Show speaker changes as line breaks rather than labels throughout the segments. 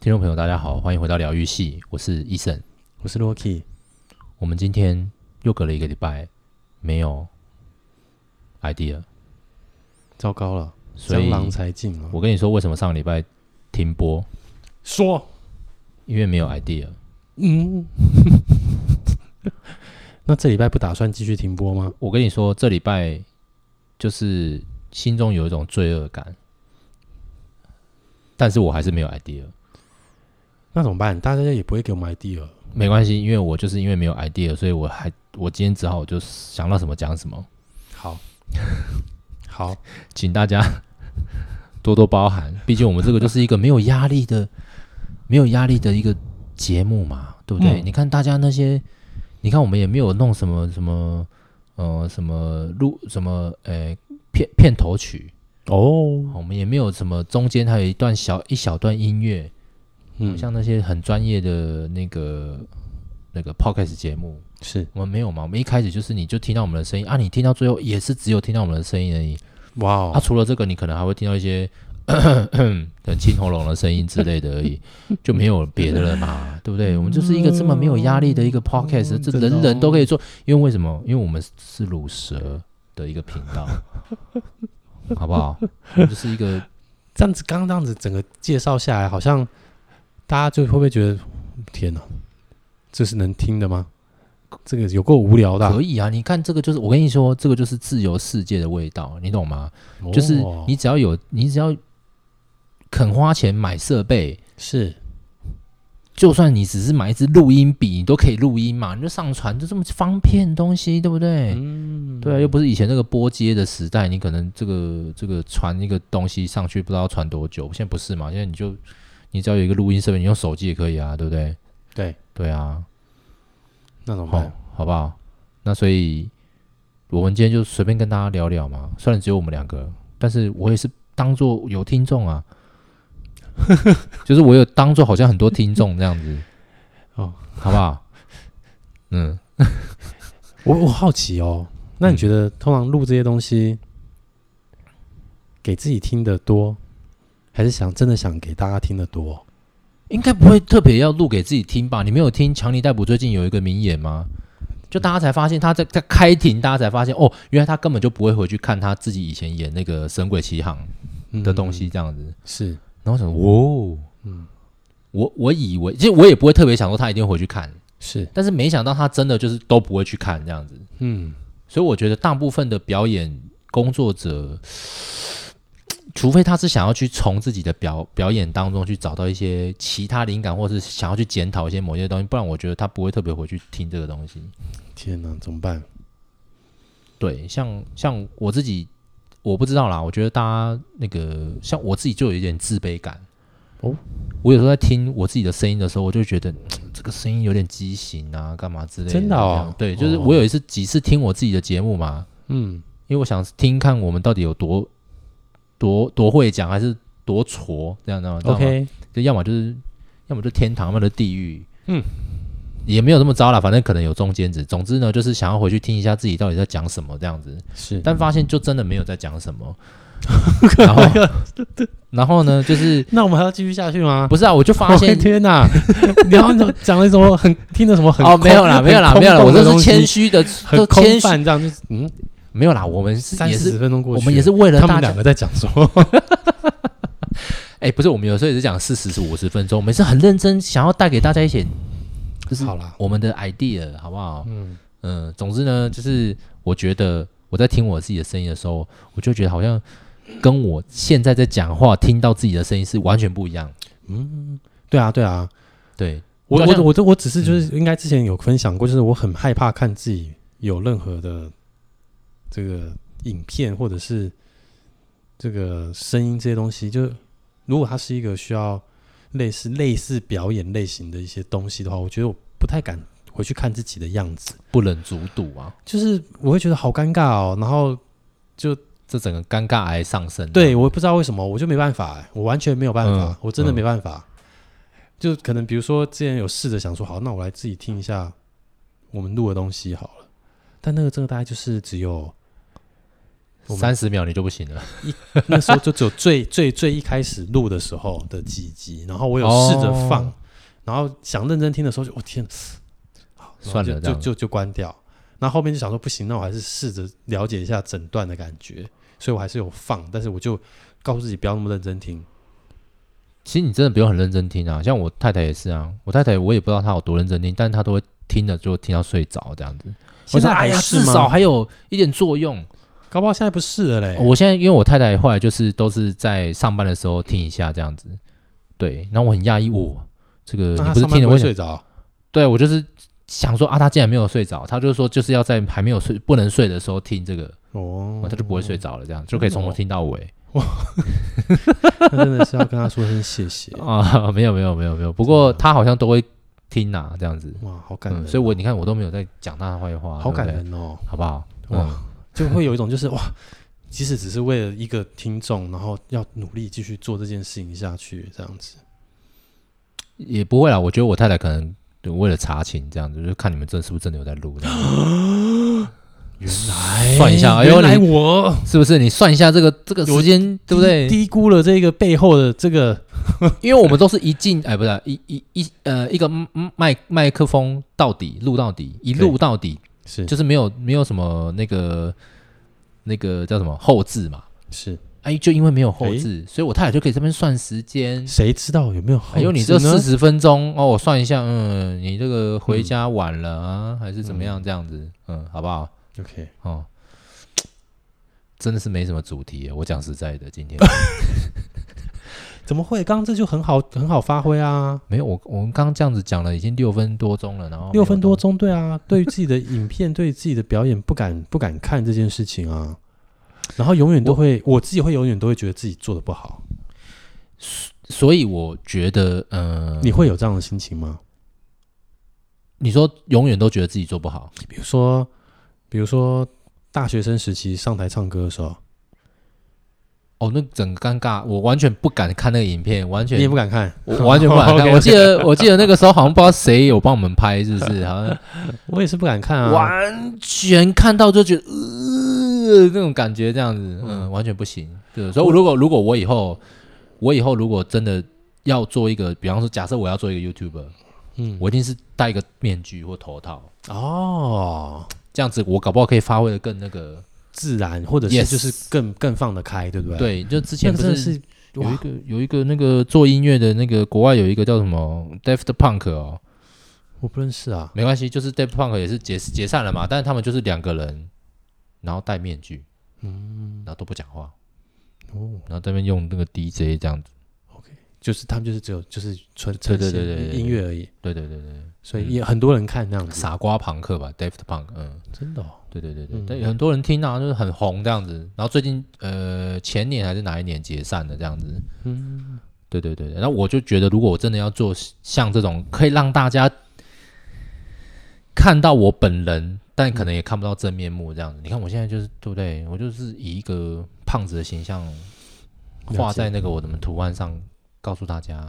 听众朋友，大家好，欢迎回到疗愈系，我是医生。
我是 Rocky，
我们今天又隔了一个礼拜没有 idea，
糟糕了，
所
江
以
郎才尽了。
我跟你说为什么上个礼拜停播，
说，
因为没有 idea。
嗯， 那这礼拜不打算继续停播吗？
我跟你说，这礼拜就是心中有一种罪恶感，但是我还是没有 idea。
那怎么办？大家也不会给我们 idea。
没关系，因为我就是因为没有 idea，所以我还我今天只好就想到什么讲什么，
好， 好，
请大家 多多包涵。毕竟我们这个就是一个没有压力的、 没有压力的一个节目嘛，对不对？
嗯
你看大家那些，你看我们也没有弄什么什么呃什么录什么呃片片头曲，
哦，
我们也没有什么中间还有一段小一小段音乐，
嗯，
像那些很专业的那个那个 podcast 节目，
是
我们没有嘛？我们一开始就是你就听到我们的声音啊，你听到最后也是只有听到我们的声音而已。
哇
啊，
哦，
除了这个，你可能还会听到一些 很清喉咙的声音之类的而 已，就没有别的了嘛，对不对？我们就是一个这么没有压力的一个 podcast，、
嗯
这
真的
人
哦
人都可以做。因为为什么？因为我们是乳蛇的一个频道， 好不好？我们就是一个
这样子刚刚这样子整个介绍下来，好像大家就会不会觉得，天哪，这是能听的吗？这个有够无聊的啊、
可以啊。你看这个就是我跟你说，这个就是自由世界的味道，你懂吗？就是
哦
你只要有，你只要肯花钱买设备。
是
就算你只是买一支录音笔，你都可以录音嘛，你就上传，就这么方便的东西，对不对？
嗯
对啊，又不是以前那个拨接的时代，你可能这个这个传一个东西上去不知道要传多久，现在不是嘛？现在你就你只要有一个录音设备，你用手机也可以啊，对不对？
对，
对啊，
那怎么
好、
办？
好不好？那所以我们今天就随便跟大家聊聊嘛，虽然只有我们两个，但是我也是当做有听众 啊，就是我有当做好像很多听众这样子，
哦，
好不好？嗯，
我我好奇哦，那你觉得通常录这些东西，给自己听的多，还是想真的想给大家听的多？
应该不会特别要录给自己听吧？你没有听强尼戴普最近有一个名言吗？就大家才发现他在在开庭，大家才发现哦，原来他根本就不会回去看他自己以前演那个《神鬼奇航》的东西这样子。
嗯是
然后想，哦，
嗯
我我以为，其实我也不会特别想说他一定会回去看，
是，
但是没想到他真的就是都不会去看这样子。
嗯，
所以我觉得大部分的表演工作者， 除非他是想要去从自己的表表演当中去找到一些其他灵感，或是想要去检讨一些某些东西，不然我觉得他不会特别回去听这个东西。
天哪，怎么办？
对，像像我自己，我不知道啦。我觉得大家那个，像我自己就有一点自卑感。
哦，
我有时候在听我自己的声音的时候，我就觉得嘖这个声音有点畸形啊，干嘛之类的。
真的
这
哦
样对，就是
哦
我有一次几次听我自己的节目嘛，
嗯，
因为我想听看我们到底有多多多会讲，还是多挫这样的。知道吗
OK
就要么就是，要么就天堂，要么就地狱。
嗯，
也没有那么糟啦，反正可能有中间值。总之呢，就是想要回去听一下自己到底在讲什么这样子，
是，
但发现就真的没有在讲什 么。然后，然后呢，就是
那我们还要继续下去吗？
不是啊？我就 发
我的
现
天哪，然后你讲了什么很听了什么很
哦，没有啦，
空
没有啦，
很
没有啦，
空
我
洞的
这
东
是
西
谦虚的，
很
都谦
空
虚
泛这样，就是嗯，
没有啦，我们是
三
也
四十
是
分钟过
我
去了，
们也是为了
他
大
们
家
两个在讲什么？
哎、不是，我们有时候也是讲四十五十分钟，我们是很认真，想要带给大家一些就是
好啦，
我们的 idea，好不好？
嗯，
嗯，总之呢，就是我觉得我在听我自己的声音的时候，我就觉得好像跟我现在在讲话听到自己的声音是完全不一样。
对啊，对啊，
对，啊
我
就好像
我我都我只是就是应该之前有分享过，就是我很害怕看自己有任何的这个影片或者是这个声音这些东西，就是如果它是一个需要类似类似表演类型的一些东西的话，我觉得我不太敢回去看自己的样子，
不忍卒睹啊，
就是我会觉得好尴尬哦，然后
这整个尴尬癌上升。
对，我不知道为什么，我就没办法欸，我完全没有办法，
嗯
我真的
嗯
没办法。就可能比如说之前有试着想说，好，那我来自己听一下 我们录的东西好了，但那个真的大概就是只有我们
三十秒你就不行了。
那时候就只有最最最一开始录的时候的几集，然后我有试着放，
哦
然后想认真听的时候就，我、哦天，好 然后
算了这
就
样
就就就关掉。那后面就想说不行，那我还是试着了解一下整段的感觉，所以我还是有放，但是我就告诉自己不要那么认真听。
其实你真的不用很认真听啊，像我太太也是啊，我太太我也不知道她有多认真听，但是她都会听了就听到睡着这样子。我
现
说哎
在还
呀，
是
至
吗
少还有一点作用。
搞不好现在不是了嘞。
我现在因为我太太后来就是都是在上班的时候听一下这样子，对，然后我很讶异，我这个
那
你
他
不是
上班
听了我
不会
想
睡着，
对我就是想说啊，他竟然没有睡着，他就说就是要在还没有睡不能睡的时候听这个，
哦
他就不会睡着了，这样就可以从头听到尾。
那真的是要跟他说声谢谢
啊。没有没有没有没有，不
啊
过他好像都会听呐、这样子，
哇，好感人，
嗯，所以我你看我都没有在讲他的坏话，
好
对不
感
对，
人哦，
好不好？
哇
哇，
就会有一种就是哇，即使只是为了一个听众，然后要努力继续做这件事情下去，这样子。
也不会啦，我觉得我太太可能。就为了查情这样子，就是看你们真是不是真的有在录，这样子
原来
算一下哎呦
原来
你
我
是不是？你算一下这个这个时间，对不对？
低低估了这个背后的这个
因为我们都是一进，哎，不是一一一呃一个麦麦麦克风到底录到底，一录到底，
是
就是没有没有什么那个那个叫什么后置嘛，
是
哎，就因为没有后置，所以我太太就可以这边算时间。
谁知道有没有好？
哎呦，你这四十分钟哦，我算一下，嗯，你这个回家晚了啊，还是怎么样？这样子，嗯，好不好？
OK，
哦，真的是没什么主题耶，我讲实在的， 今天
怎么会？刚刚这就很好很好发挥啊，
没有我，我们刚刚这样子讲了已经六分多钟了，然后哦没有
六分多
东
钟，对啊， 对于自己的影片，对于自己的表演不敢不敢看这件事情啊，然后永远都会我自己会永远都会觉得自己做的不好，
西，所以我觉得，嗯，
你会有这样的心情吗？
你说永远都觉得自己做不好，
比如说，比如说大学生时期上台唱歌的时候，
哦，那整个尴尬，我完全不敢看那个影片，完
你也
全
不敢看，
我完全不敢看。
OK，OK
我记得我记得那个时候好像不知道谁有帮我们拍，是不 是？好像
我也是不敢看啊。
完全看到就觉得呃那种感觉这样子，嗯，完全不行。对，所以如果如果我以后我以后如果真的要做一个，比方说假设我要做一个 YouTuber，
嗯，
我一定是戴一个面具或头套，
哦，
这样子我搞不好可以发挥的更那个。
自然或者是
Yes
就是更更放得开，对不对？，
对，就之前
那
不
个真的
是
是
有一
哇，
个有一个那个做音乐的那个国外有一个叫什么 Daft Punk 哦，
我不认识啊。
没关系，就是 Daft Punk 也是解解散了嘛，但是他们就是两个人，然后戴面具，嗯，然后都不讲话，
哦，
然后这边用那个 DJ 这样子，
就是他们就是只有就是纯
对
纯
对对对对
音乐而已，
对对对对，
所以也很多人看那样子，
傻瓜朋克吧，Daft Punk，嗯，
真的哦。
对对对对
嗯，
但有很多人听啊，就是很红这样子，然后最近呃前年还是哪一年解散的这样子，
嗯，
对对对，对那我就觉得，如果我真的要做像这种可以让大家看到我本人，但可能也看不到真面目这样子。你看我现在就是对不对？我就是以一个胖子的形象画在那个我的图案上，告诉大家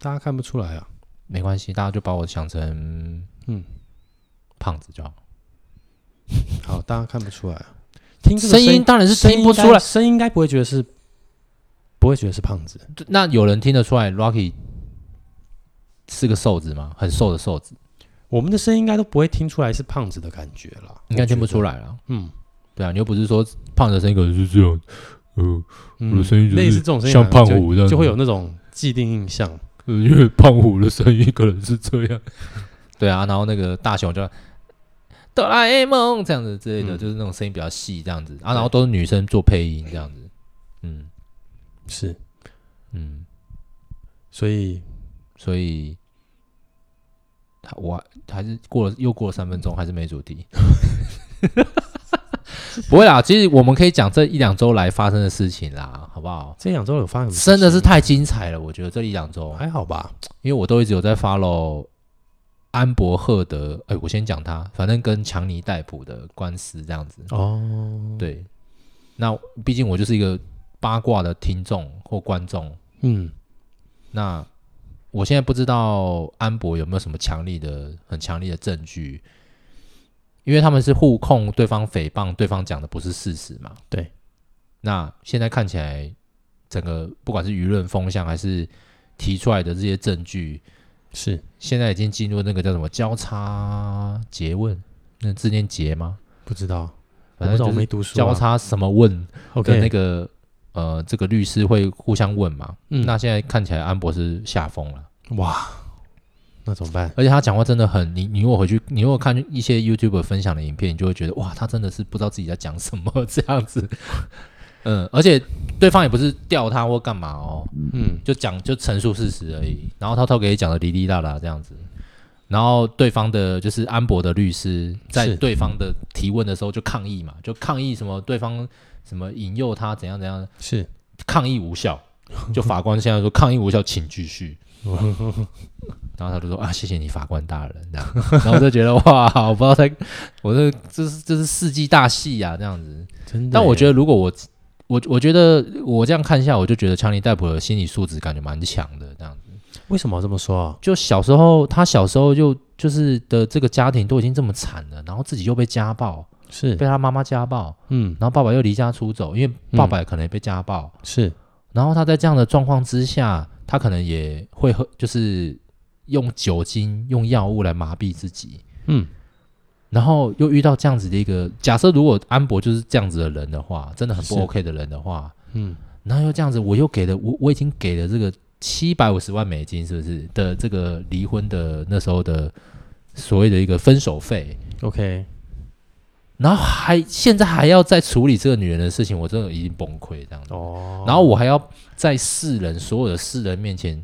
大家看不出来啊。
没关系，大家就把我想成
嗯
胖子就好。
好，大家看不出来啊。听这个
声音当然是
声音
听不
应该
出来，
声音应该不会觉得是，不会觉得是胖子。
那有人听得出来 Rocky 是个瘦子吗？很瘦的瘦子，
我们的声音应该都不会听出来是胖子的感觉啦，
应该听不
来。
出来了。
嗯
对啊，你又不是说胖的声音可能是这样，嗯、我
嗯
的声音就是
类似这种声音，啊
像胖
就
虎这样子
就会有那种既定印象。
呃因为胖虎的声音可能是这 样。
对啊，然后那个大雄就哆啦 A 梦这样子之类的，
嗯
就是那种声音比较细这样子啊，然后都是女生做配音这样子，嗯
是，
嗯，
所以
所以他我还是过了又过了三分钟，还是没主题。不会啦，其实我们可以讲这一两周来发生的事情啦，好不好？
这两周有发生什么事
真的是
情
太精彩了，我觉得这一两周
还好吧？
因为我都一直有在 follow 安博赫德，哎，我先讲他，反正跟强尼戴普的官司这样子。
哦，
对，那毕竟我就是一个八卦的听众或观众，
嗯，
那我现在不知道安博有没有什么强力的、很强力的证据，因为他们是互控对方诽谤，对方讲的不是事实嘛。
对。
那现在看起来，整个不管是舆论风向还是提出来的这些证据，
是
现在已经进入那个叫什么交叉诘问，那字念诘吗？
不知道，我
反
不知
正
道，
就
我没
是
读书啊、
交叉什么问
OK
的那个呃，这个律师会互相问嘛。
嗯
那现在看起来安博是下风了，
哇，那怎么办？
而且他讲话真的很，你你如果回去，你如果看一些 YouTube 分享的影片，你就会觉得哇，他真的是不知道自己在讲什么这样子。 嗯，而且对方也不是吊他或干嘛哦，
嗯，
就讲就陈述事实而已，然后偷偷给你讲的哩哩啦啦这样子，然后对方的就是安博的律师在
是
对方的提问的时候就抗议嘛，就抗议什么对方什么引诱他怎样怎样，
是，
抗议无效，就法官现在说抗议无效，请继续。然后他就说啊，谢谢你，法官大人。这样，然后我就觉得哇，我不知道在，我这这是这是世纪大戏呀、啊，这样子。
真的。
但我觉
得，
得，如果我我我觉得我这样看一下，我就觉得强尼戴普的心理素质感觉蛮强的。这样子，
为什么要这么说啊？
就小时候他小时候就就是的这个家庭都已经这么惨了，然后自己又被家暴，
是
被，他妈妈家暴，
嗯，
然后爸爸又离家出走，因为爸爸可能也被家暴，
是，
然后他在这样的状况之下，他可能也会喝，就是用酒精、用药物来麻痹自己。
嗯，
然后又遇到这样子的一个假设，如果安博就是这样子的人的话，真的很不
是
OK 的人的话，
嗯，
然后又这样子，我又给了我我已经给了这个七百五十万美金，是不是的这个离婚的那时候的所谓的一个分手费，
OK，
然后还现在还要再处理这个女人的事情，我真的已经崩溃这样子。
哦，
然后我还要在世人所有的世人面前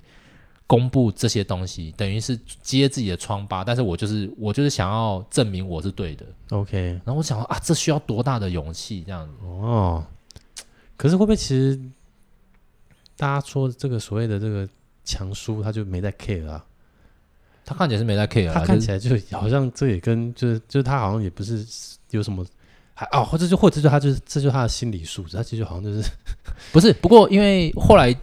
公布这些东西，等于是揭自己的疮疤。但是我就是我就是想要证明我是对的。
OK，
然后我想说啊，这需要多大的勇气这样子？
哦，可是会不会其实大家说这个所谓的这个强叔，他就没在 care 啊？
他看起来是没在 care 啊，
他看
就是
起来就好像这也跟就是就是他好像也不是有什么。还哦，或者就或者就他就是这就是他的心理素质，他其实好像就是
不是。不过因为后来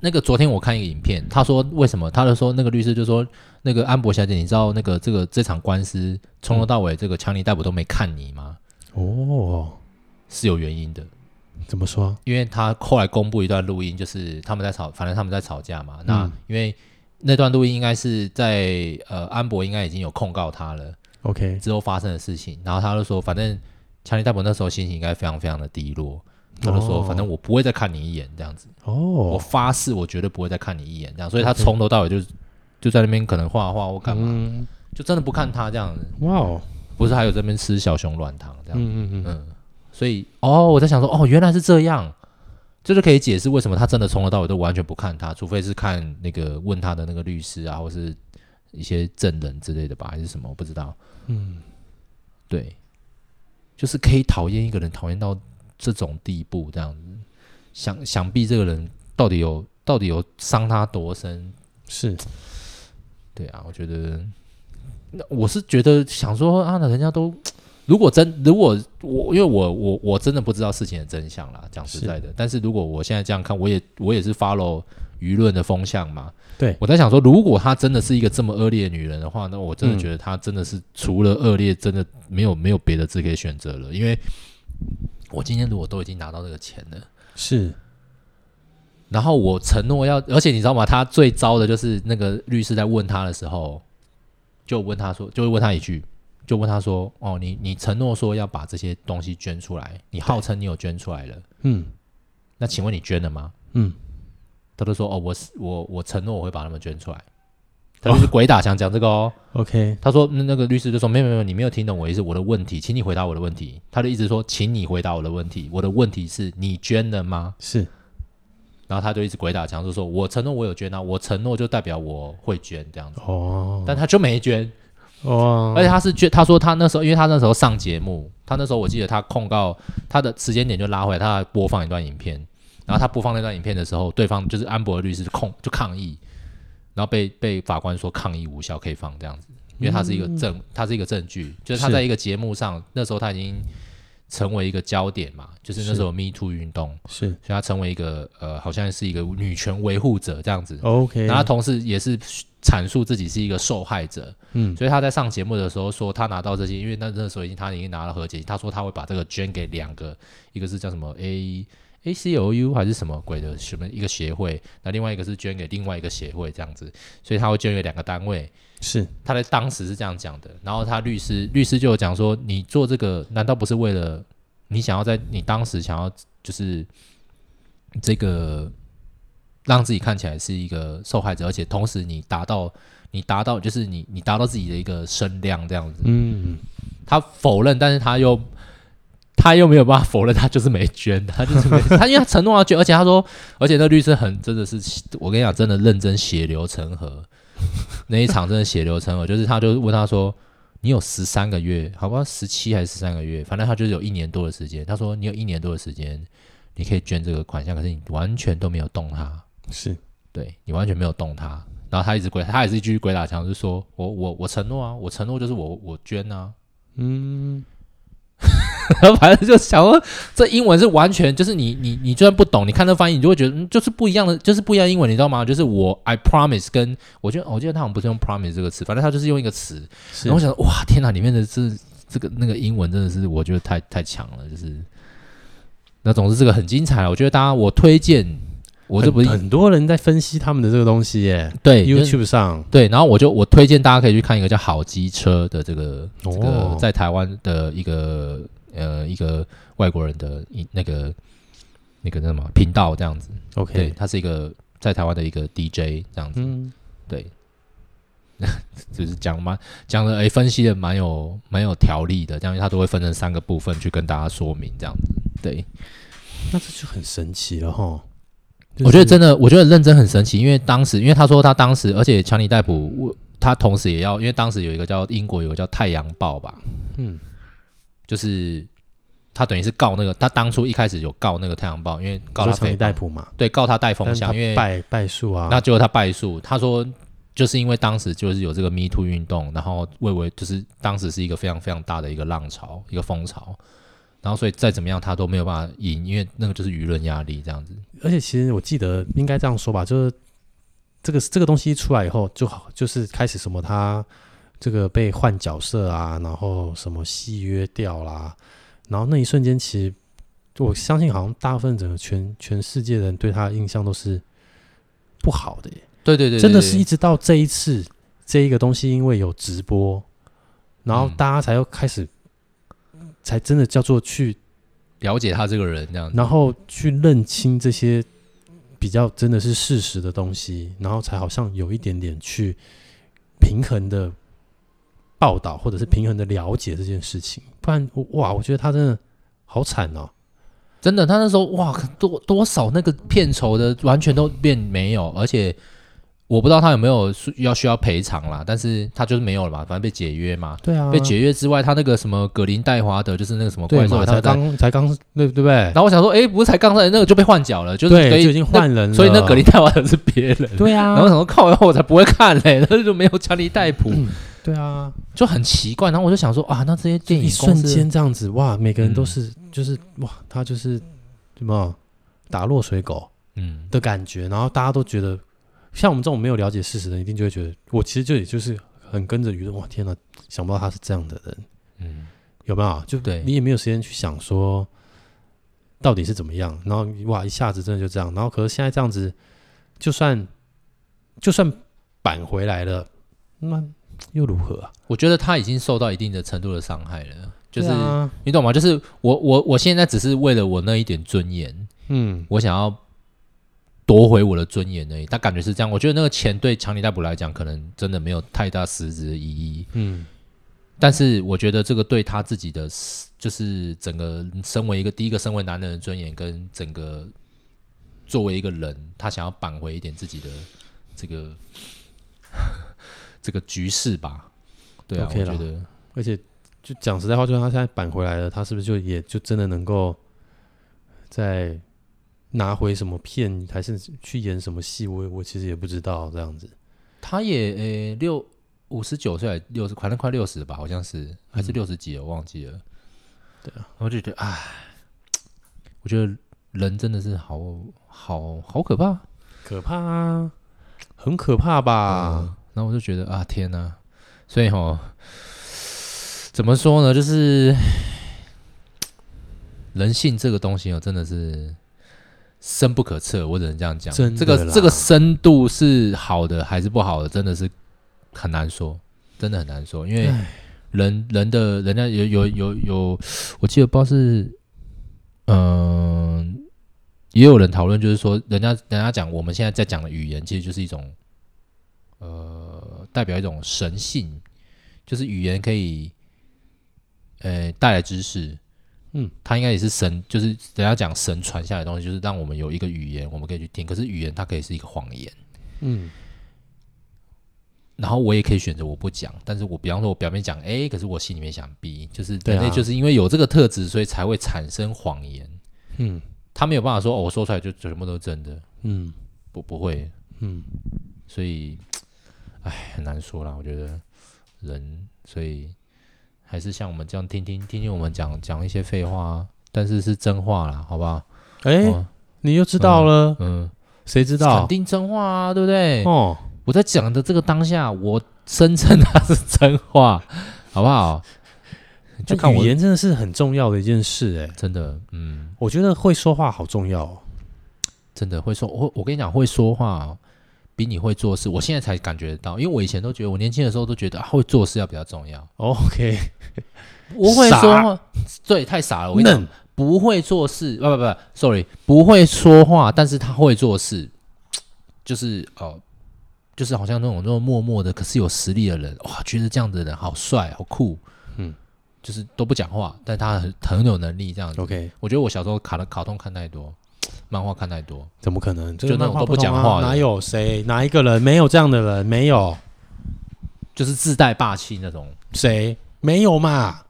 那个昨天我看一个影片，他说为什么？他就说那个律师就说那个安博小姐，你知道那个这个这场官司从头到尾这个强尼逮捕都没看你吗？
哦，
是有原因的。
怎么说？
因为他后来公布一段录音，就是他们在吵，反正他们在吵架嘛。那、
嗯
因为那段录音应该是在呃安博应该已经有控告他了
OK，
之后发生的事情，然后他就说，反正强尼戴普那时候心情应该非常非常的低落，他就说，
哦
反正我不会再看你一眼这样子，我
哦，
发誓我绝对不会再看你一眼这样，所以他
OK
从头到尾就就在那边可能画画或干嘛，
嗯
就真的不看他这样子，
哇哦，
不是还有这边吃小熊软糖这样子
嗯嗯嗯，
嗯，所以哦，我在想说，哦，原来是这样，这就可以解释为什么他真的从头到尾都完全不看他，除非是看那个问他的那个律师啊，或是一些证人之类的吧，还是什么，我不知道。
嗯，
对，就是可以讨厌一个人，讨厌到这种地步，这样子，想想必这个人到底有到底有伤他多深？
是
对啊，我觉得，那我是觉得想说啊，那人家都如果真如果我因为我我我真的不知道事情的真相啦，讲实
是
在的，但是如果我现在这样看，我也我也是 follow 舆论的风向嘛。
对
我在想说，如果她真的是一个这么恶劣的女人的话，那我真的
嗯
觉得她真的是除了恶劣，真的没有没有别的字可以选择了，因为。我今天如果都已经拿到这个钱了，
是，
然后我承诺要，而且你知道吗？他最糟的就是那个律师在问他的时候，就问他说，就会问他一句，就问他说：“哦，你你承诺说要把这些东西捐出来，你号称你有捐出来了，
嗯
那请问你捐了吗
嗯，？”
他就说：“哦，我是我我承诺我会把他们捐出来。”他就是鬼打墙讲这个哦。
OK，
他说那那个律师就说：“没有没有，你没有听懂我意思，我的问题，请你回答我的问题。”他就一直说：“请你回答我的问题，我的问题是你捐了吗？”
是
然后他就一直鬼打墙，就说我承诺我有捐啊，我承诺就代表我会捐这样子，
哦，
但他就没捐，
哦，
而且他是捐，他说他那时候，因为他那时候上节目，他那时候我记得他控告他的时间点就拉回来，他播放一段影片，然后他播放那段影片的时候，对方就是安博的律师控就抗议，然后被被法官说抗议无效，可以放这样子，因为他是一个证，他是一个证据，就是他
嗯是
在一个节目上，那时候他已经成为一个焦点嘛，就是那时候 Me Too 运动。所
是
以她成为一个呃，好像是一个女权维护者这样子。
OK，
然后她同时也是阐述自己是一个受害者，
嗯
所以她在上节目的时候说，她拿到这些，因为那那时候已经她已经拿到和解金，她说她会把这个捐给两个，一个是叫什么 A A C O U 还是什么鬼的什么一个协会，那另外一个是捐给另外一个协会这样子，所以他会捐给两个单位。
是
他在当时是这样讲的，然后他律师律师就有讲说，你做这个难道不是为了你想要在你当时想要就是这个让自己看起来是一个受害者，而且同时你达到你达到就是你你达到自己的一个声量这样子。
嗯，
他否认，但是他又他又没有办法否认，他就是没捐， 他就是没他，因为他承诺要捐，而且他说，而且那律师很真的是，我跟你讲，真的认真血流成河，那一场真的血流成河，就是他就问他说。你有十三个月，好吧，十七还是十三个月，反正他就是有一年多的时间。他说你有一年多的时间，你可以捐这个款项，可是你完全都没有动它。
是
对你完全没有动他，然后他一直鬼，他也是继续鬼打墙，就是说我我我承诺啊，我承诺就是我我捐啊，嗯，然后 反正就想说这英文是完全就是你你你就算不懂，你看这翻译你就会觉得、嗯、就是不一样的，就是不一样的英文，你知道吗？就是我 I promise 跟我觉得哦我记得他好像不是用 promise 这个词，反正他就是用一个词，
是
然后我想说哇天哪，里面的这这个那个英文真的是我觉得太太强了，就是那总之这个很精彩，啊我觉得大家我推荐。我这
很
不是
很多人在分析他们的这个东西耶
对就是
，YouTube 上
对，然后我就我推荐大家可以去看一个叫好机车的这个、这个
哦
在台湾的一个呃一个外国人的一那个那个叫什么频道这样子，对，
OK，
他是一个在台湾的一个 DJ 这样子，
嗯，
对， 就是讲蛮讲的诶，分析的蛮有蛮有条理的，这样他都会分成三个部分去跟大家说明这样子，对，
那这就很神奇了哈。
我觉得真
的
的，我觉得认真很神奇，因为当时，因为他说他当时，而且强尼戴普，我他同时也要，因为当时有一个叫英国有个叫《太阳报》吧，
嗯
就是他等于是告那个，他当初一开始有告那个《太阳报》，因为告他
强
诽
尼戴
谤，
普嘛，
对，告他带风
但是他
向，因为
败败诉啊，
那结果他败诉，他说就是因为当时就是有这个 Me Too 运动，然后魏为就是当时是一个非常非常大的一个浪潮，一个风潮，然后所以再怎么样他都没有办法赢，因为那个就是舆论压力这样子，
而且其实我记得应该这样说吧，就是这个这个东西一出来以后，就好就是开始什么他这个被换角色啊，然后什么戏约掉啦，然后那一瞬间，其实我相信好像大部分整个全全世界人对他的印象都是不好的耶，
对对对
真的是一直到这一次这一个东西，因为有直播，然后
嗯
大家才又开始。才真的叫做去
了解他这个人这样子。
然后去认清这些比较真的是事实的东西，然后才好像有一点点去平衡的报道，或者是平衡的了解这件事情。不然，我哇，我觉得他真的好惨哦。
真的，他那时候哇，多多少那个片酬的完全都变没有，而且我不知道他有没有需要需要赔偿啦，但是他就是没有了嘛，反正被解约嘛。
对啊，
被解约之外，他那个什么格林戴华德，就是那个什么怪
对
兽
嘛，
他
才
在。
刚才刚对对不对
然？后我想说，诶，不是才刚才那个就被换角了，就是可
对，
以
就已经换人了，
那所以那格林戴华德是别人。
对啊，
然后我想说，靠，我才不会看嘞，那就没有强力逮捕，
对啊，
就很奇怪。然后我就想说，啊，那这些电
一
影公
瞬
司
间这样子哇，每个人都
嗯
是、就是哇，他就是什么打落水狗，
嗯，
的感觉，然后大家都觉得，像我们这种没有了解事实的人，一定就会觉得，我其实就也就是很跟着舆论，哇，天哪，想不到他是这样的人，
嗯，
有没有？就
对
你也没有时间去想说到底是怎么样，然后哇，一下子真的就这样，然后可是现在这样子，就算就算扳回来了，那又如何啊？
我觉得他已经受到一定的程度的伤害了，就是、
对啊
你懂吗？就是我我我现在只是为了我那一点尊严，
嗯，
我想要夺回我的尊严而已。他感觉是这样，我觉得那个钱对强尼戴普来讲，可能真的没有太大实质的意义。
嗯，
但是我觉得这个对他自己的，就是整个身为一个第一个身为男人的尊严，跟整个作为一个人，他想要扳回一点自己的这个 这个局势吧。对啊
OK
我
啦
觉得。
而且就讲实在话，就算他现在扳回来了，他是不是就也就真的能够再拿回什么片，还是去演什么戏？我我其实也不知道这样子。
他也呃六五十九岁，六十反正快六十吧，好像是还是六十几了，我忘记了。
对
啊，我就觉得，唉，我觉得人真的是好好好可怕
可怕啊，很可怕吧？
嗯然后我就觉得啊，天哪、所以吼，怎么说呢，就是人性这个东西哦，真的是深不可测，我只能这样讲。
真的
这个
啦
这个深度是好的还是不好的，真的是很难说，真的很难说，因为人人的人家有有有有，我记得不知道是，嗯、也有人讨论，就是说，人家人家讲我们现在在讲的语言，其实就是一种，呃，代表一种神性，就是语言可以，呃，带来知识。
嗯，
它应该也是神，就是人家讲神传下来的东西，就是让我们有一个语言，我们可以去听。可是语言它可以是一个谎言，
嗯，
然后我也可以选择我不讲，但是我比方说我表面讲 A，可是我心里面想 B，就是
对
人
啊
类就是因为有这个特质，所以才会产生谎言。
嗯，
他没有办法说哦，我说出来就就全部都是真的，
嗯，
不不会，
嗯，
所以，唉，很难说啦。我觉得人，所以还是像我们这样听听听听我们讲讲一些废话，但是是真话啦，好不好？
哎、
哦
你又知道了，
嗯，
谁、知
肯
道？
定真话啊，对不对？
哦，
我在讲的这个当下，我声称它是真话， 好不好？哎就
就
看我
语言真的是很重要的一件事、哎，
真的，嗯，
我觉得会说话好重要、哦。
真的会说，我我跟你讲，会说话比你会做事，我现在才感觉得到，因为我以前都觉得，我年轻的时候都觉得、啊、会做事要比较重要。
OK，
不会
傻
说话，对，太傻了。我跟你讲，
嫩，
不会做事，啊不不不，sorry，不会说话，但是他会做事，就是呃，就是好像那种那种默默的，可是有实力的人，哇，觉得这样的人好帅，好酷，
嗯，
就是都不讲话，但他很很有能力这样子。
OK，
我觉得我小时候卡的卡通看太多，漫画看太多，
怎么可能？这
就
个
那种
漫画
都不
同
讲
啊
话的
哪有谁哪一个人没有这样的人？没有
就是自带霸气那种。
谁没有嘛？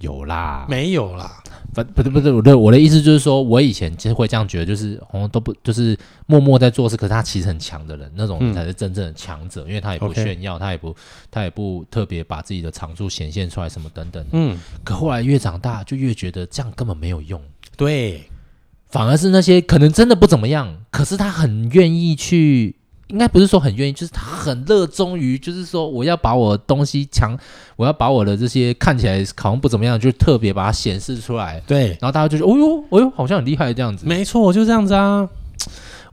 有啦，
没有啦，
不不是不是我的我的意思就是说，我以前其实会这样觉得，就是好像、都不就是默默在做事，可是他其实很强的人，那种人
嗯
才是真正的强者，因为他也不
OK
炫耀，他也不他也不特别把自己的长处显现出来什么等等的。
嗯，
可后来越长大，就越觉得这样根本没有用，
对，
反而是那些可能真的不怎么样，可是他很愿意去。应该不是说很愿意，就是他很热衷于，就是说我要把我的东西强，我要把我的这些看起来好像不怎么样，就特别把它显示出来。
对，
然后大家就觉得，哦呦，哦呦，好像很厉害这样子。
没错，就这样子啊。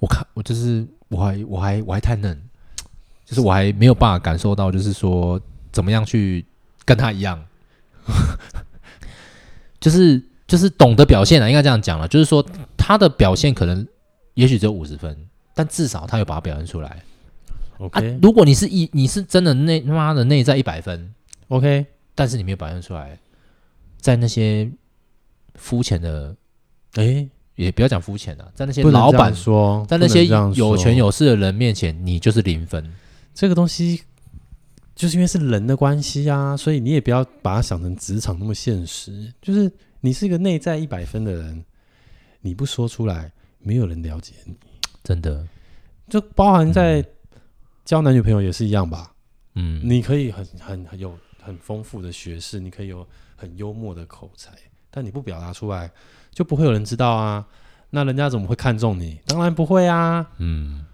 我看我就是我还我还我还太嫩，就是我还没有办法感受到，就是说怎么样去跟他一样， 就是就是懂得表现啊，应该这样讲了，就是说他的表现可能也许只有五十分。但至少他有把它表现出来。啊
OK，OK，、
如果你是一，你是真的内他妈的内在一百分，
OK
但是你没有表现出来，在那些肤浅的，
哎、
也不要讲肤浅了，在那些
不能
老
这样
板
说，
在
不
那些
能这样
有
说
权有势的人面前，你就是零分。
这个东西，就是因为是人的关系啊，所以你也不要把它想成职场那么现实。就是你是一个内在一百分的人，你不说出来，没有人了解你。
真的，
就包含在交男女朋友也是一样吧。
嗯，
你可以很很很有很丰富的学识，你可以有很幽默的口才，但你不表达出来，就不会有人知道啊。那人家怎么会看中你？当然不会啊，
嗯，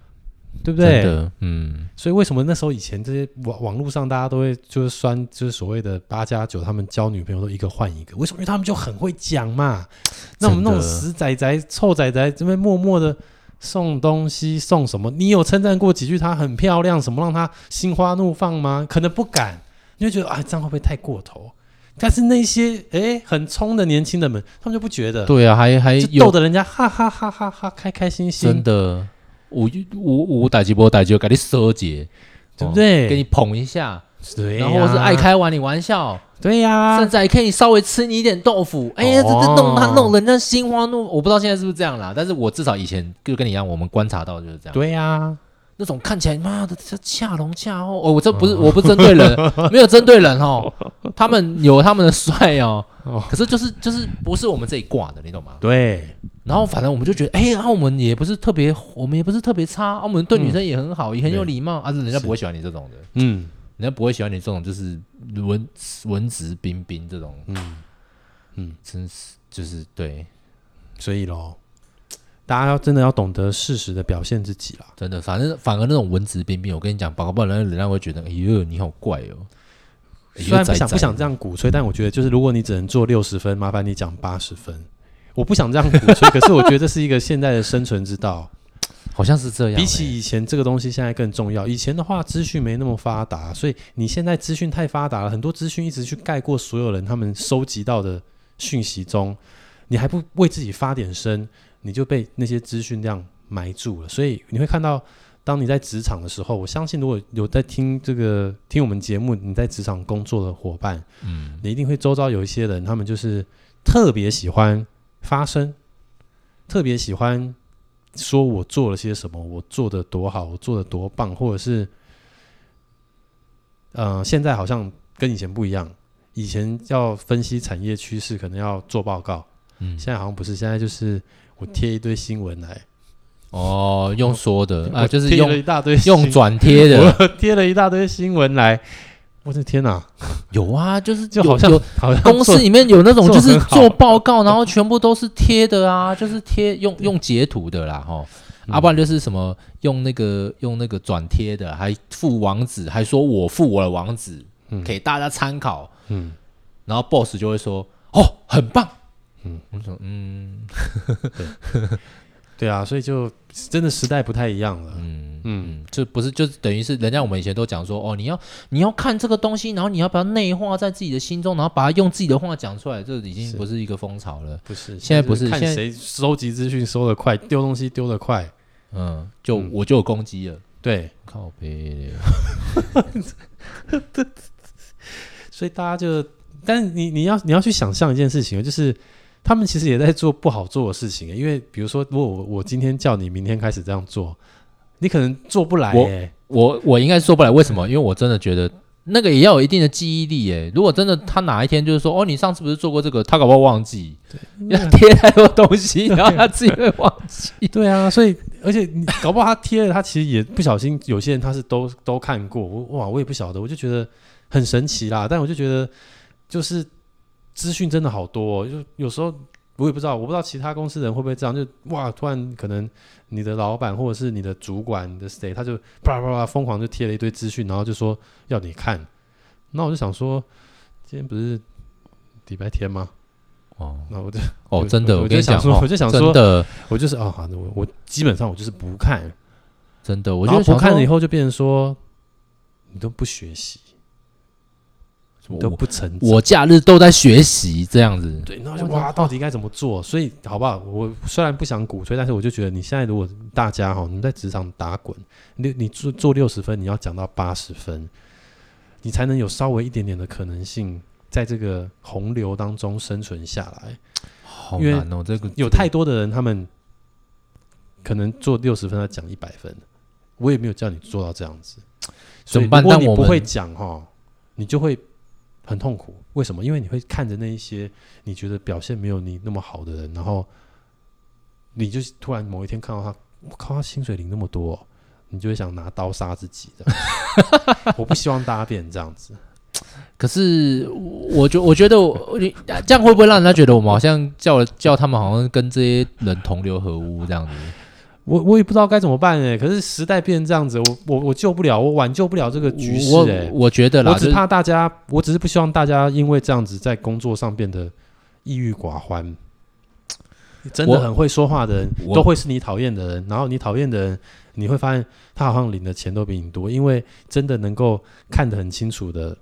对不
真
对？
的，嗯，
所以为什么那时候以前这些网网络上大家都会就是酸，就是所谓的八加九，他们交女朋友都一个换一个，为什么？因为他们就很会讲 嘛。那我们那种
真的
死仔仔、臭仔仔这边默默的送东西送什么，你有称赞过几句她很漂亮什么，让她心花怒放吗？可能不敢，你就觉得啊，这样会不会太过头？但是那些诶很冲的年轻人们，他们就不觉得，
对啊，还还
就逗
有
得人家哈哈哈哈哈开开心
真
心，
的，我我我逮鸡波逮鸡，给你收解，
对
哦？
不对？
给你捧一下，
对啊呀、
然后是爱开玩你玩笑，
对呀、
甚至还可以稍微吃你一点豆腐。哎呀，这
哦
这弄他弄人家心花怒，我不知道现在是不是这样啦，但是我至少以前就跟你一样，我们观察到就是这样。
对呀、
那种看起来妈的这恰龙恰后，哦，我
嗯
这不是我不是针对 人，没有针对人哦，他们有他们的帅哦
哦，
可是就是就是不是我们这一挂的，你懂吗？
对，
然后反正我们就觉得，哎，啊，我们也不是特别，我们也不是特别差，啊，我们对女生也很好，也很有礼貌，啊，人家不会喜欢你这种的，
嗯
人家不会喜欢你这种就是文文质彬彬这种，
嗯嗯，
真是就是对，
所以咯，大家要真的要懂得适时的表现自己啦。
真的，反正反而那种文质彬彬，我跟你讲，搞不好人家人家会觉得，哎呦，你好怪哦。哎呦
虽然不想
宅宅
不想这样鼓吹，但我觉得就是如果你只能做六十分，麻烦你讲八十分。我不想这样鼓 吹，可是我觉得这是一个现代的生存之道。
好像是这样欸、
比起以前，这个东西现在更重要。以前的话，资讯没那么发达，所以你现在资讯太发达了，很多资讯一直去盖过所有人他们收集到的讯息中，你还不为自己发点声，你就被那些资讯量埋住了。所以你会看到，当你在职场的时候，我相信如果有在听这个听我们节目，你在职场工作的伙伴，
嗯，
你一定会周遭有一些人，他们就是特别喜欢发声，特别喜欢说我做了些什么，我做的多好，我做的多棒，或者是，呃，现在好像跟以前不一样，以前要分析产业趋势，可能要做报告，
嗯
现在好像不是，现在就是我贴一堆新闻来，
哦，用说的啊，
我
就是
嗯贴了
用
一大堆
用
转
转贴 的，
贴了一大堆新闻来，我的天哪，
有啊，就是
就
有
好像
有
好像
公司
做
里面有那种
做
就
得
是
很好
做报告，然后全部都是贴的啊，就是贴用用截图的啦，哈。
嗯
啊，不然就是什么用那个用那个转贴的，还附网址，还说我附我的网址、
嗯
给大家参考，
嗯。
然后 boss 就会说哦，很棒，
嗯
嗯，我说嗯
对啊，所以就真的时代不太一样了。
嗯
嗯，
嗯，就不是就是等于是人家我们以前都讲说哦，你要你要看这个东西，然后你要把它内化在自己的心中，然后把它用自己的话讲出来，这已经
是
不是一个风潮了。
不是，
现在不是
看
现在
谁收集资讯收得快，丢东西丢得快。
嗯，就、
嗯
我就有攻击了，
对，
靠背嘞。
所以大家就，但是你你要你要去想象一件事情，就是他们其实也在做不好做的事情，因为比如说，如果我我今天叫你明天开始这样做，你可能做不来、
我
欸。
我我应该是做不来，为什么？因为我真的觉得那个也要有一定的记忆力耶。如果真的他哪一天就是说，哦，你上次不是做过这个，他搞不好忘记，要贴太多东西，然后他自己会 忘记。
对啊，所以而且你搞不好他贴了，他其实也不小心，有些人他是都都看过，我哇，我也不晓得，我就觉得很神奇啦。但我就觉得，就是资讯真的好多、哦，就有时候我也不知道，我不知道其他公司人会不会这样，就哇，突然可能你的老板或者是你的主管你的谁，他就啪啪啪疯狂就贴了一堆资讯，然后就说要你看。那我就想说，今天不是礼拜天吗？
哦
那我就
哦，
我
真的，
我
我跟你讲
我就想说
哦
我就想说
真的
我就是啊，好的，我我基本上我就是不看。
真的，我
然
就
后
想
不看了以
后，
后就变成说，你都不学习，你都
我
不成长。
我假日都在学习这样子。
对，然后就哇，到底该怎么做？所以好不好？我虽然不想鼓吹，但是我就觉得你现在如果大家哈，你们在职场打滚，你你做做六十分，你要讲到八十分，你才能有稍微一点点的可能性。在这个洪流当中生存下来，
好
因为
难哦，这个
有太多的人，他们可能做六十分，他讲一百分，我也没有叫你做到这样子，
怎
所以
么办
如果
但
你
我
不
们
会讲哈，你就会很痛苦。为什么？因为你会看着那一些你觉得表现没有你那么好的人，然后你就突然某一天看到他，我靠，他薪水领那么多哦、你就会想拿刀杀自己的。 我不希望大家变成这样子。
可是我我觉我觉得我你这样会不会让人家觉得我们好像叫叫他们好像跟这些人同流合污这样子？
我我也不知道该怎么办哎、可是时代变成这样子，我我我救不了，我挽救不了这个局势哎、
我我觉得啦，
我只
就是
怕大家，我只是不希望大家因为这样子在工作上变得抑郁寡欢。真的
我
很会说话的人，
我
都会是你讨厌的人。然后你讨厌的人，你会发现他好像领的钱都比你多，因为真的能够看得很清楚的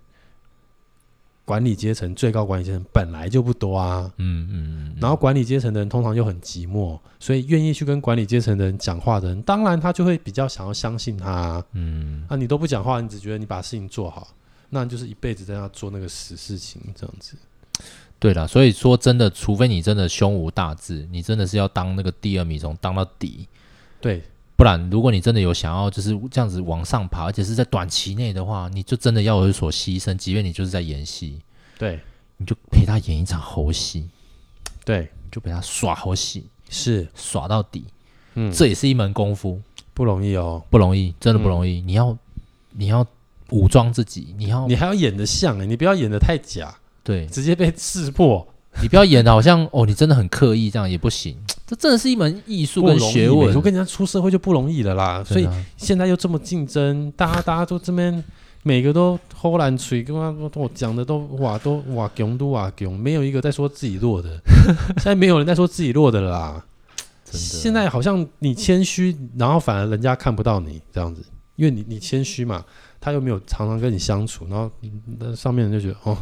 管理阶层、最高管理阶层本来就不多啊。
嗯嗯嗯，
然后管理阶层的人通常又很寂寞，所以愿意去跟管理阶层的人讲话的人，当然他就会比较想要相信他、啊。
嗯，
啊，你都不讲话，你只觉得你把事情做好，那你就是一辈子在那做那个死事情这样子。
对啦，所以说真的，除非你真的胸无大志，你真的是要当那个第二米虫当到底，
对，
不然如果你真的有想要就是这样子往上爬，而且是在短期内的话，你就真的要有所牺牲，即便你就是在演戏，
对，
你就陪他演一场猴戏，
对，
你就陪他耍猴戏，
是，
耍到底，
嗯，
这也是一门功夫，
不容易哦。
不容易，真的不容易，你要你要武装自己，你要
嗯你还要演得像哎、你不要演得太假，
对
直接被识破，
你不要演的好像哦，你真的很刻意，这样也不行。这真的是一门艺术
不容
跟
易
学
欸
问
我，跟人家出社会就不容易了啦，所以
真的啊
现在又这么竞争，大家大家都这边每个都偷懒吹，跟他跟我讲的都哇都哇囧都哇囧，没有一个在说自己弱的，现在没有人在说自己弱的了啦。
真的
现在好像你谦虚，然后反而人家看不到你这样子，因为你你谦虚嘛，他又没有常常跟你相处，然后嗯那上面人就觉得哦，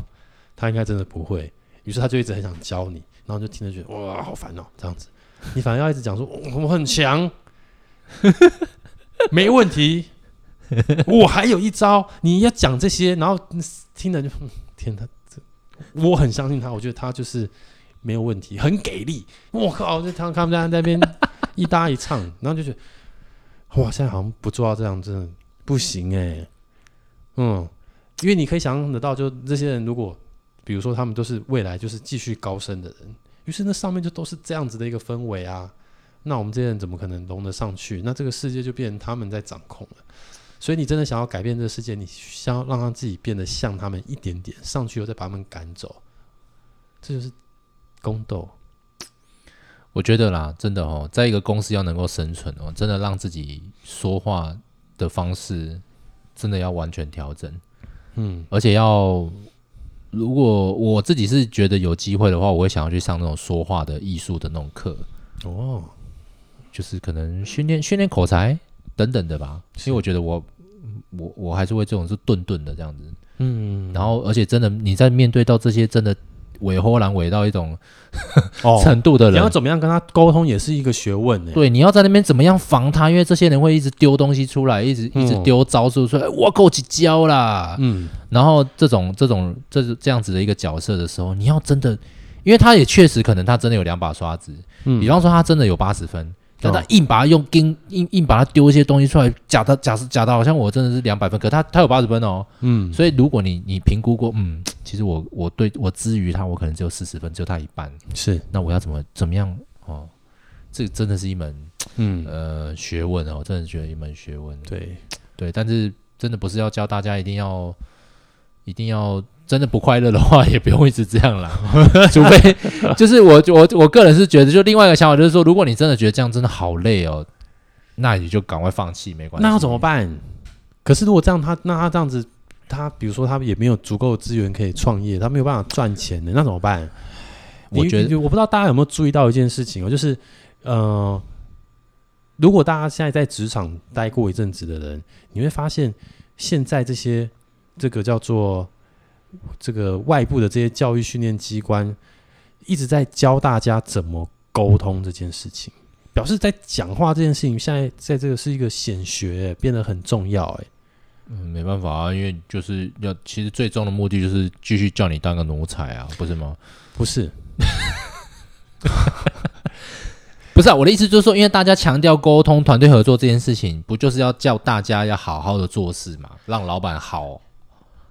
他应该真的不会，于是他就一直很想教你，然后就听着觉得哇好烦哦这样子，你反而要一直讲说哦我我很强， 没问题，我还有一招，你要讲这些，然后听着就嗯天哪，这我很相信他，我觉得他就是没有问题，很给力。我靠，就他他们在那边一搭一唱，然后就觉得哇，现在好像不做到这样真的不行哎、嗯，因为你可以想象得到，就这些人如果比如说他们都是未来就是继续高升的人，于是那上面就都是这样子的一个氛围啊。那我们这些人怎么可能融得上去？那这个世界就变成他们在掌控了。所以你真的想要改变这个世界，你想要让他自己变得像他们一点点，上去以后再把他们赶走，这就是宫斗。
我觉得啦，真的哦，在一个公司要能够生存哦，真的让自己说话的方式真的要完全调整，
嗯
而且要如果我自己是觉得有机会的话，我会想要去上那种说话的艺术的那种课，
哦，
就是可能训练训练口才等等的吧。因为我觉得我我我还是会这种是顿顿的这样子，
嗯，
然后而且真的你在面对到这些真的尾后狼尾到一种
哦，
程度的
你
人，
要怎么样跟他沟通也是一个学问欸呢、
对，你要在那边怎么样防他？因为这些人会一直丢东西出来，一直一直
嗯
丢招数出来，哎我够几招啦。
嗯，
然后这种这种这这样子的一个角色的时候，你要真的，因为他也确实可能他真的有两把刷子，
嗯
比方说他真的有八十分。但他硬把它用硬硬硬把它丢一些东西出来，假的假是假的，好像我真的是两百分，可他他有八十分哦，
嗯，
所以如果你你评估过，嗯，其实我我对我之于他，我可能只有四十分，只有他一半，
是，
那我要怎么怎么样哦？这真的是一门
嗯，
呃学问哦，真的觉得一门学问。
对，
对，但是真的不是要教大家一定要一定要真的不快乐的话， 也不用一直这样啦。 除非就是我我我个人是觉得，就另外一个想法就是说，如果你真的觉得这样真的好累哦，那你就赶快放弃，没关系。
那要怎么？办？可是如果这样，他那他这样子，他比如说他也没有足够的资源可以创业，他没有办法赚钱的，那怎么办？
我
你
觉
你
得
我不知道大家有没有注意到一件事情哦，就是呃，如果大家现在在职场待过一阵子的人，你会发现现在这些这个叫做这个外部的这些教育训练机关一直在教大家怎么沟通这件事情，表示在讲话这件事情现在在这个是一个显学，变得很重要。哎，
嗯没办法啊，因为就是要其实最终的目的就是继续叫你当个奴才啊，不是吗？
不是，
不是、啊、我的意思，就是说，因为大家强调沟通、团队合作这件事情，不就是要叫大家要好好的做事嘛，让老板好，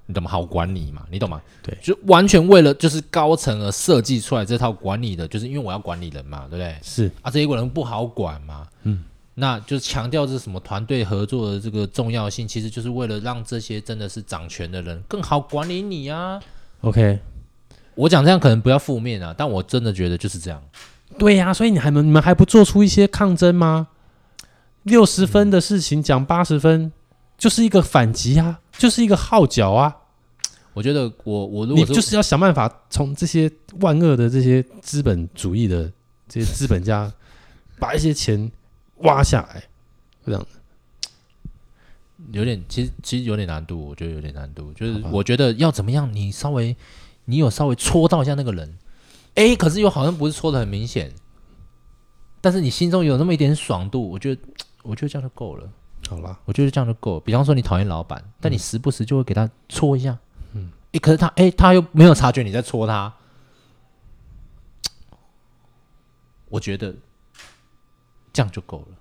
你懂吗？好管理嘛，你懂吗？
对
就完全为了就是高层而设计出来这套管理的，就是因为我要管理人嘛，对不对？
是
啊，这一个人不好管嘛，
嗯，
那就强调这什么团队合作的这个重要性，其实就是为了让这些真的是掌权的人更好管理你啊。
OK，
我讲这样可能不要负面啊，但我真的觉得就是这样。
对呀、所以你还没你们还不做出一些抗争吗？六十分
嗯
的事情讲八十分，就是一个反击啊，就是一个号角啊！
我觉得我我如
你
果是
就是要想办法从这些万恶的这些资本主义的这些资本家，把一些钱挖下来，这样
有点，其实其实有点难度，我觉得有点难度。就是
好吧
我觉得要怎么样，你稍微你有稍微戳到一下那个人，哎，可是又好像不是戳的很明显，但是你心中有那么一点爽度，我觉得我觉得这样就够了，
好啦，
我觉得这样就够了。比方说你讨厌老板，但你时不时就会给他戳一下，嗯，哎，可是他哎他又没有察觉你在戳他，我觉得这样就够了。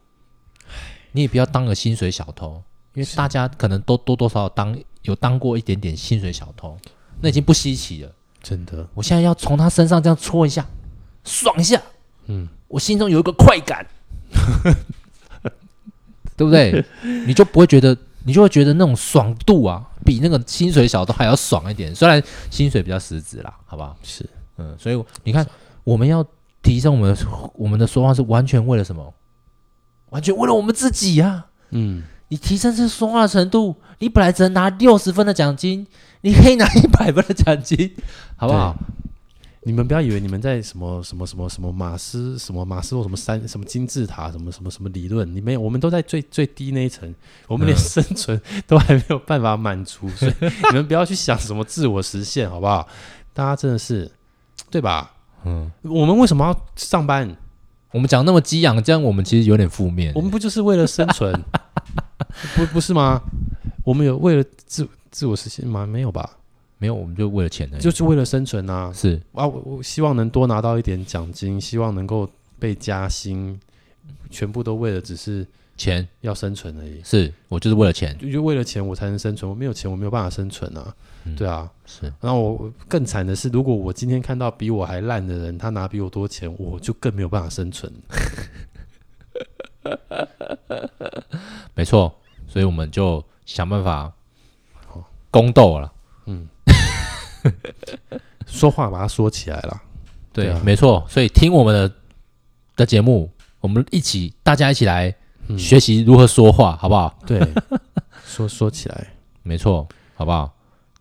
你也不要当个薪水小偷，因为大家可能都多多少少当有当过一点点薪水小偷，那已经不稀奇了。
真的，
我现在要从他身上这样戳一下，爽一下，嗯，我心中有一个快感， 对不对？你就不会觉得，你就会觉得那种爽度啊，比那个薪水小偷还要爽一点。虽然薪水比较实质啦，好不好？
是
嗯，所以我你看，我们要提升我们的我们的说话是完全为了什么？完全为了我们自己呀、啊。
嗯，
你提升这说话的程度，你本来只能拿六十分的奖金，你可以拿一百分的奖金，好不好？
你们不要以为你们在什么什么什么什么马斯什么马斯洛什么三什么金字塔什么什么什么理论，你没有，我们都在最最低那一层，我们
嗯
连生存都还没有办法满足，所以你们不要去想什么自我实现，好不好？大家真的是，对吧？
嗯，
我们为什么要上班？
我们讲那么激昂，这样我们其实有点负面。
我们不就是为了生 存，不不是吗？我们有为了自自我实现吗？没有吧，
没有，我们就为了钱而已。
就是为了生存啊！
是
啊，我我希望能多拿到一点奖金，希望能够被加薪，全部都为了只是
钱，
要生存而已，
是我就是为了钱。
就就为了钱我才能生存，我没有钱我没有办法生存啊，
嗯
对啊。
是
然后我我更惨的是，如果我今天看到比我还烂的人，他拿比我多钱，我就更没有办法生存。
没错，所以我们就想办法宫斗了。
说话把它说起来了，
对，
对啊
没错。所以听我们的的节目，我们一起大家一起来
嗯
学习如何说话，好不好？
对，说说起来，
没错，好不好？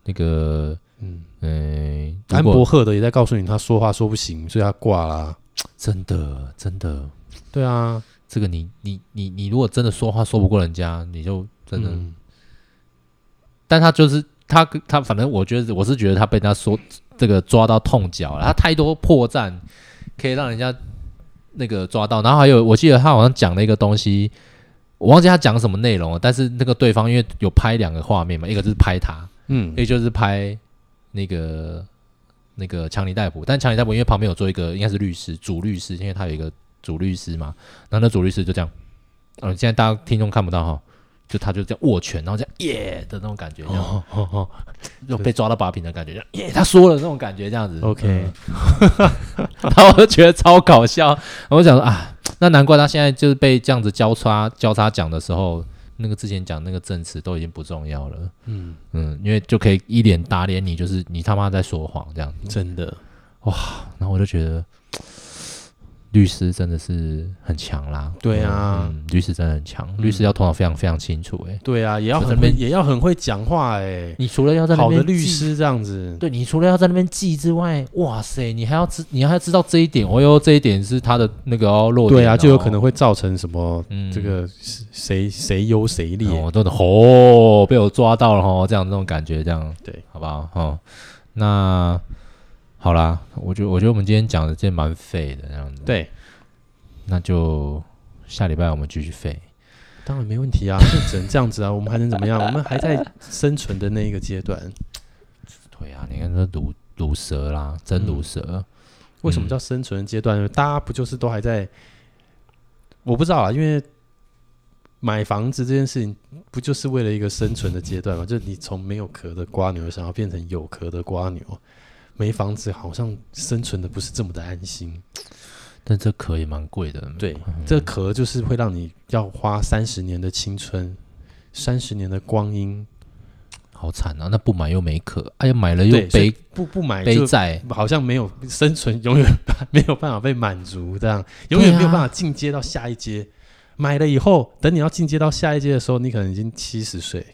那个，
嗯，
嗯、如
安
果
博赫德也在告诉你，他说话说不行，所以他挂啦、
真的真的，
对啊，
这个你你你你如果真的说话说不过人家，你就真的，
嗯
但他就是他他反正我觉得我是觉得他被他说这个抓到痛脚了，他太多破绽可以让人家那个抓到，然后还有我记得他好像讲了一个东西，我忘记他讲什么内容了，但是那个对方因为有拍两个画面嘛，一个就是拍他，
嗯
也就是拍那个那个强尼戴普，但强尼戴普因为旁边有做一个应该是律师主律师，因为他有一个主律师嘛，然后那主律师就这样，嗯、现在大家听众看不到哈，就他就这样握拳，然后这样耶的那种感觉，这样
哦哦哦
那种被抓到把柄的感觉，这样耶他说了那种感觉这样子
，OK，、
嗯然后我就觉得超搞笑，然后我想说啊，那难怪他现在就是被这样子交叉交叉讲的时候，那个之前讲那个证词都已经不重要了。
嗯
嗯，因为就可以一脸打脸你，就是你他妈在说谎这样。
真的，
然后我就觉得律师真的是很强啦。
对啊
嗯，律师真的很强，律师要头脑非常非常清楚、欸。
对啊，也要
我在
很
那
会
边
也要很会讲话哎、
你除了要在那
好
边
的律
记，
师这样子，
对你除了要在那边记之外，哇塞，你还要知，你还要知道这一点。哦哟，这一点是他的那个哦弱点、
对啊，就有可能。会造成什么
嗯
这个谁谁优谁劣，
哦，真的哦，被我抓到了哦，这样那种感觉，这样
对，
好不好？哦，那好啦，我觉得我觉得我们今天讲的真的蛮废的，这样子。
对，
那就下礼拜我们继续废。
当然没问题啊，就只能这样子啊，我们还能怎么样？我们还在生存的那一个阶段，
对啊，你看这卤卤蛇啦，真卤蛇，
嗯为什么叫生存的阶段呢？大家不就是都还在？我不知道啊，因为买房子这件事情不就是为了一个生存的阶段嘛？就是你从没有壳的瓜牛想要变成有壳的瓜牛，没房子好像生存的不是这么的安心。
但这壳也蛮贵的。
对，这壳就是会让你要花三十年的青春，三十年的光阴，
好惨啊！那不买又没壳，哎呀，买了又
对所以
背
不不买就
背债，
好像没有生存，永远没有办法被满足，这样永远没有办法进阶到下一阶。买了以后，等你要进阶到下一阶的时候，你可能已经七十岁，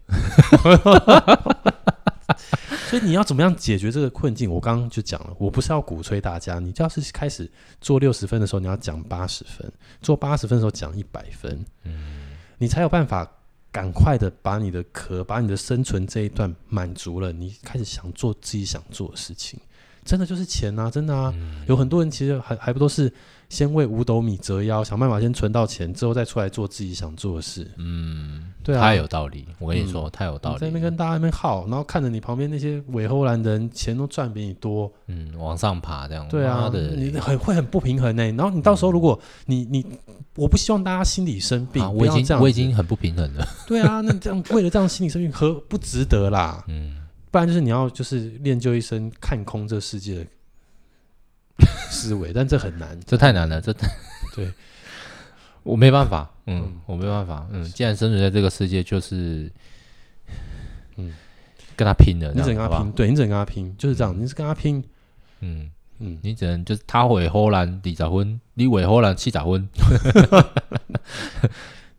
所以你要怎么样解决这个困境？我刚刚就讲了，我不是要鼓吹大家，你要是开始做六十分的时候，你要讲八十分；做八十分的时候讲一百分，你才有办法赶快的把你的壳、把你的生存这一段满足了，你开始想做自己想做的事情。真的就是钱啊，真的啊，
嗯
有很多人其实还还不都是先为五斗米折腰，想办法先存到钱，之后再出来做自己想做的事。嗯，对啊，嗯
太有道理。我跟你说，太有道
你在那
理
边
了。
跟大家那边耗，然后看着你旁边那些尾后兰的人钱都赚比你多，
嗯，往上爬这样，
对
妈
啊，
的
你很会很不平衡呢、欸然后你到时候如果你你，我不希望大家心理生病，
啊
不
我
要
已
这
经
样
我已
子
经很不平衡了。
对啊，那这样为了这样心理生病，何不值得啦？
嗯，
不然就是你要就是练就一身看空这世界的思维，但这很难。
这太难了，这太
对，
我没办法，嗯
嗯，
我没办法，嗯，既然生存在这个世界，就是
嗯
跟他拼了，
你
这
只
样
能跟
好不
他
好
拼，对你只能跟他拼，就是这样，你是跟他拼，
嗯，
嗯，
你只能就是他回荷兰，你咋婚？你回荷兰，去咋婚？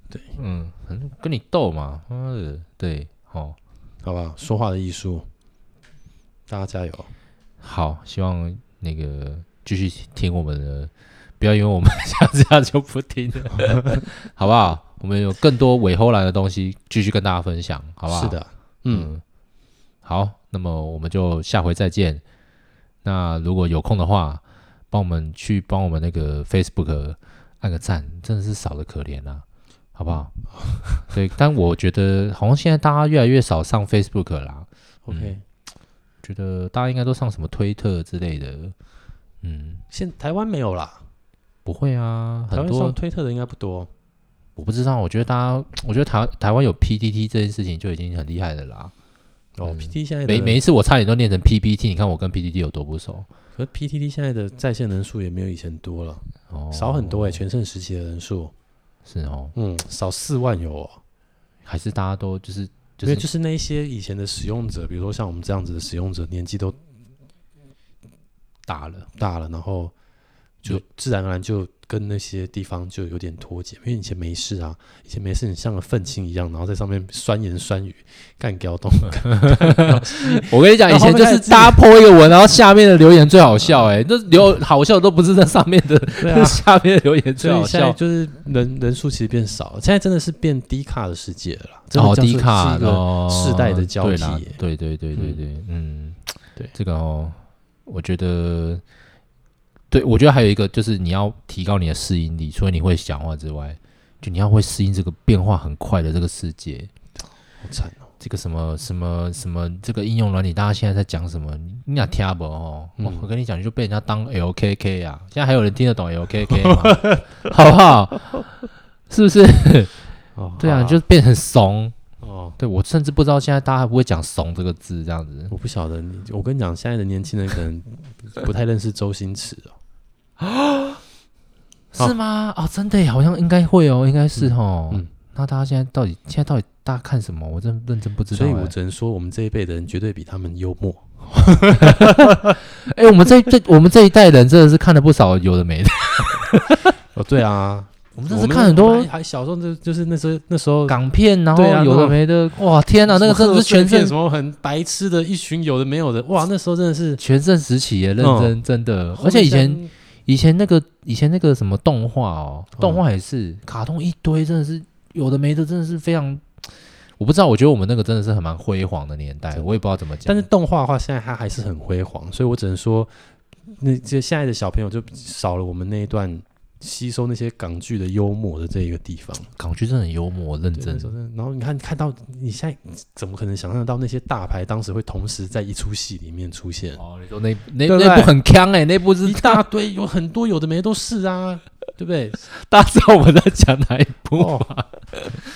对，
嗯，反正跟你斗嘛，妈的，对，哦，
好不好？说话的艺术，大家加油！
好，希望那个继续听我们的，不要因为我们 像这样就不 听了，好不好？我们有更多尾后来的东西继续跟大家分享，好不好？
是，的，嗯，
好，那么我们就下回再见。那如果有空的话，帮我们去帮我们那个 Facebook 按个赞，真的是少的可怜啊，好不 好？对，但我觉得好像现在大家越来越少上 Facebook 了啦，嗯
OK。
觉得大家应该都上什么推特之类的，嗯，
现台湾没有啦，
不会啊，
台
很
湾
多
上推特的应该不多。
我不知道，我觉得大家，我觉得台台湾有 PTT 这件事情就已经很厉害了啦。
哦
嗯
，PT 现在的
每每一次我差点都念成 PPT，你看我跟 PTT 有多不熟，
可是 PTT 现在的在线人数也没有以前多了，
哦，
少很多哎、全盛时期的人数，
是哦，
嗯，少四万有哦。
还是大家都就是就
因为
是
就是那一些以前的使用者，比如说像我们这样子的使用者，年纪都
打了，
大了，然后就自然而然就跟那些地方就有点脱节，因为以前没事啊，以前没事，你像个愤青一样，然后在上面酸言酸语，干屌 东，
我跟你讲，以前就是大 家 po 一个文，然后下面的留言最好笑、哎，那留好笑都不是那上面的，
啊对 啊，
下面的留言
所
最好
以现在
笑。
就是人人数其实变少了，现在真的是变低卡的世界了啦，真的
哦，
这样
低
说
卡
是一个
哦
世代的交
对
替
啦
耶
对对对对
嗯
对，嗯，
对
这个哦，我觉得，对我觉得还有一个就是你要提高你的适应力，除了你会讲话之外，就你要会适应这个变化很快的这个世界。
好惨哦，
这个什么什么什么，这个应用软体，大家现在在讲什么？你你俩听不懂哦、
嗯
哇我跟你讲，你就被人家当 LKK 啊！现在还有人听得懂 LKK 吗？ 好不好？是不是？
哦
对
好
啊，你就变很怂。
哦。
对我甚至不知道现在大家还不会讲“怂”这个字，这样子。
我不晓得，你我跟你讲，现在的年轻人可能不太认识周星驰哦。
是吗？哦，真的耶，好像应该会哦，应该是哦。
嗯嗯
那大家现在到底现在到底大家看什么？我真认真不知道哎
所
耶。
以我只能说，我们这一辈的人绝对比他们幽默。
哎、我们这这我们这一代人真的是看了不少有的没的。
哦，对啊，
我
我
们真是看很
我
多
们还还小时候就就是那时候那时候
港片，然后
对啊
有的没的，哇，天哪，那个真的是全
片什
盛
么很白痴的一群有的没有的，哇，那时候真的是。
全盛时期耶，认
嗯
真、真的。而且以前以前那个以前那个什么动画哦，
嗯
动画也是、卡通一堆，真的是有的没的，真的是非常。我不知道，我觉得我们那个真的是很蛮辉煌的年代，
真的
我也不知道怎么讲。
但是动画的话，现在它还是很辉煌，所以我只能说，那这现在的小朋友就少了我们那一段吸收那些港剧的幽默的这一个地方。
港剧真的很幽默，认
对，
真
那时。候真的。然后你看，看到你现在怎么可能想象得到那些大牌当时会同时在一出戏里面出现？
哦，你说那那
对不对
那部很坑哎、那部是
一大堆，有很多有的没都是啊， 对不对？
大家知道我们在讲哪一部？
哦，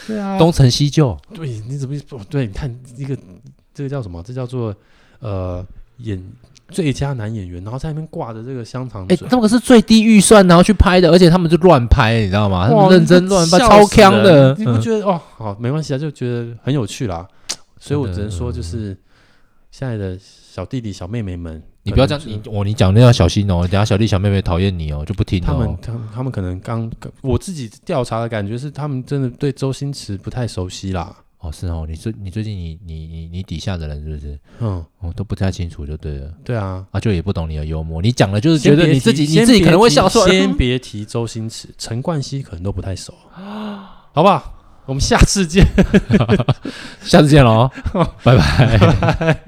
对啊，
东成西就，
对，你怎么哦对？你看一个这个叫什么？这叫做呃演最佳男演员，然后在那边挂着这个香肠
哎、
嘴，
那个是最低预算然后去拍的，而且他们就乱拍，你知道吗？他
哎哇
们认真乱拍，
笑
超
死人
坑的。
你不
嗯
觉得、哦？好，没关系啊，就觉得很有趣啦。所以我只能说，就是现在的小弟弟小妹妹们，
你不要
可
这
能
样，
就
你我你讲那要小心哦，等下小弟小妹妹讨厌你哦，就不听了
他们
哦。
他们他们可能刚刚我自己调查的感觉是，他们真的对周星驰不太熟悉啦。
哦，是哦，你最你最近你你你你底下的人是不是？
嗯，
哦，都不太清楚就对了，
对啊，
啊，就也不懂你的幽默，你讲了就是觉
先
得
别
你自己
提
你自己可能会笑出来。嗯
先别提先别提周星驰，陈冠希可能都不 太熟，好不好？我们下次见。
下次见喽，拜拜。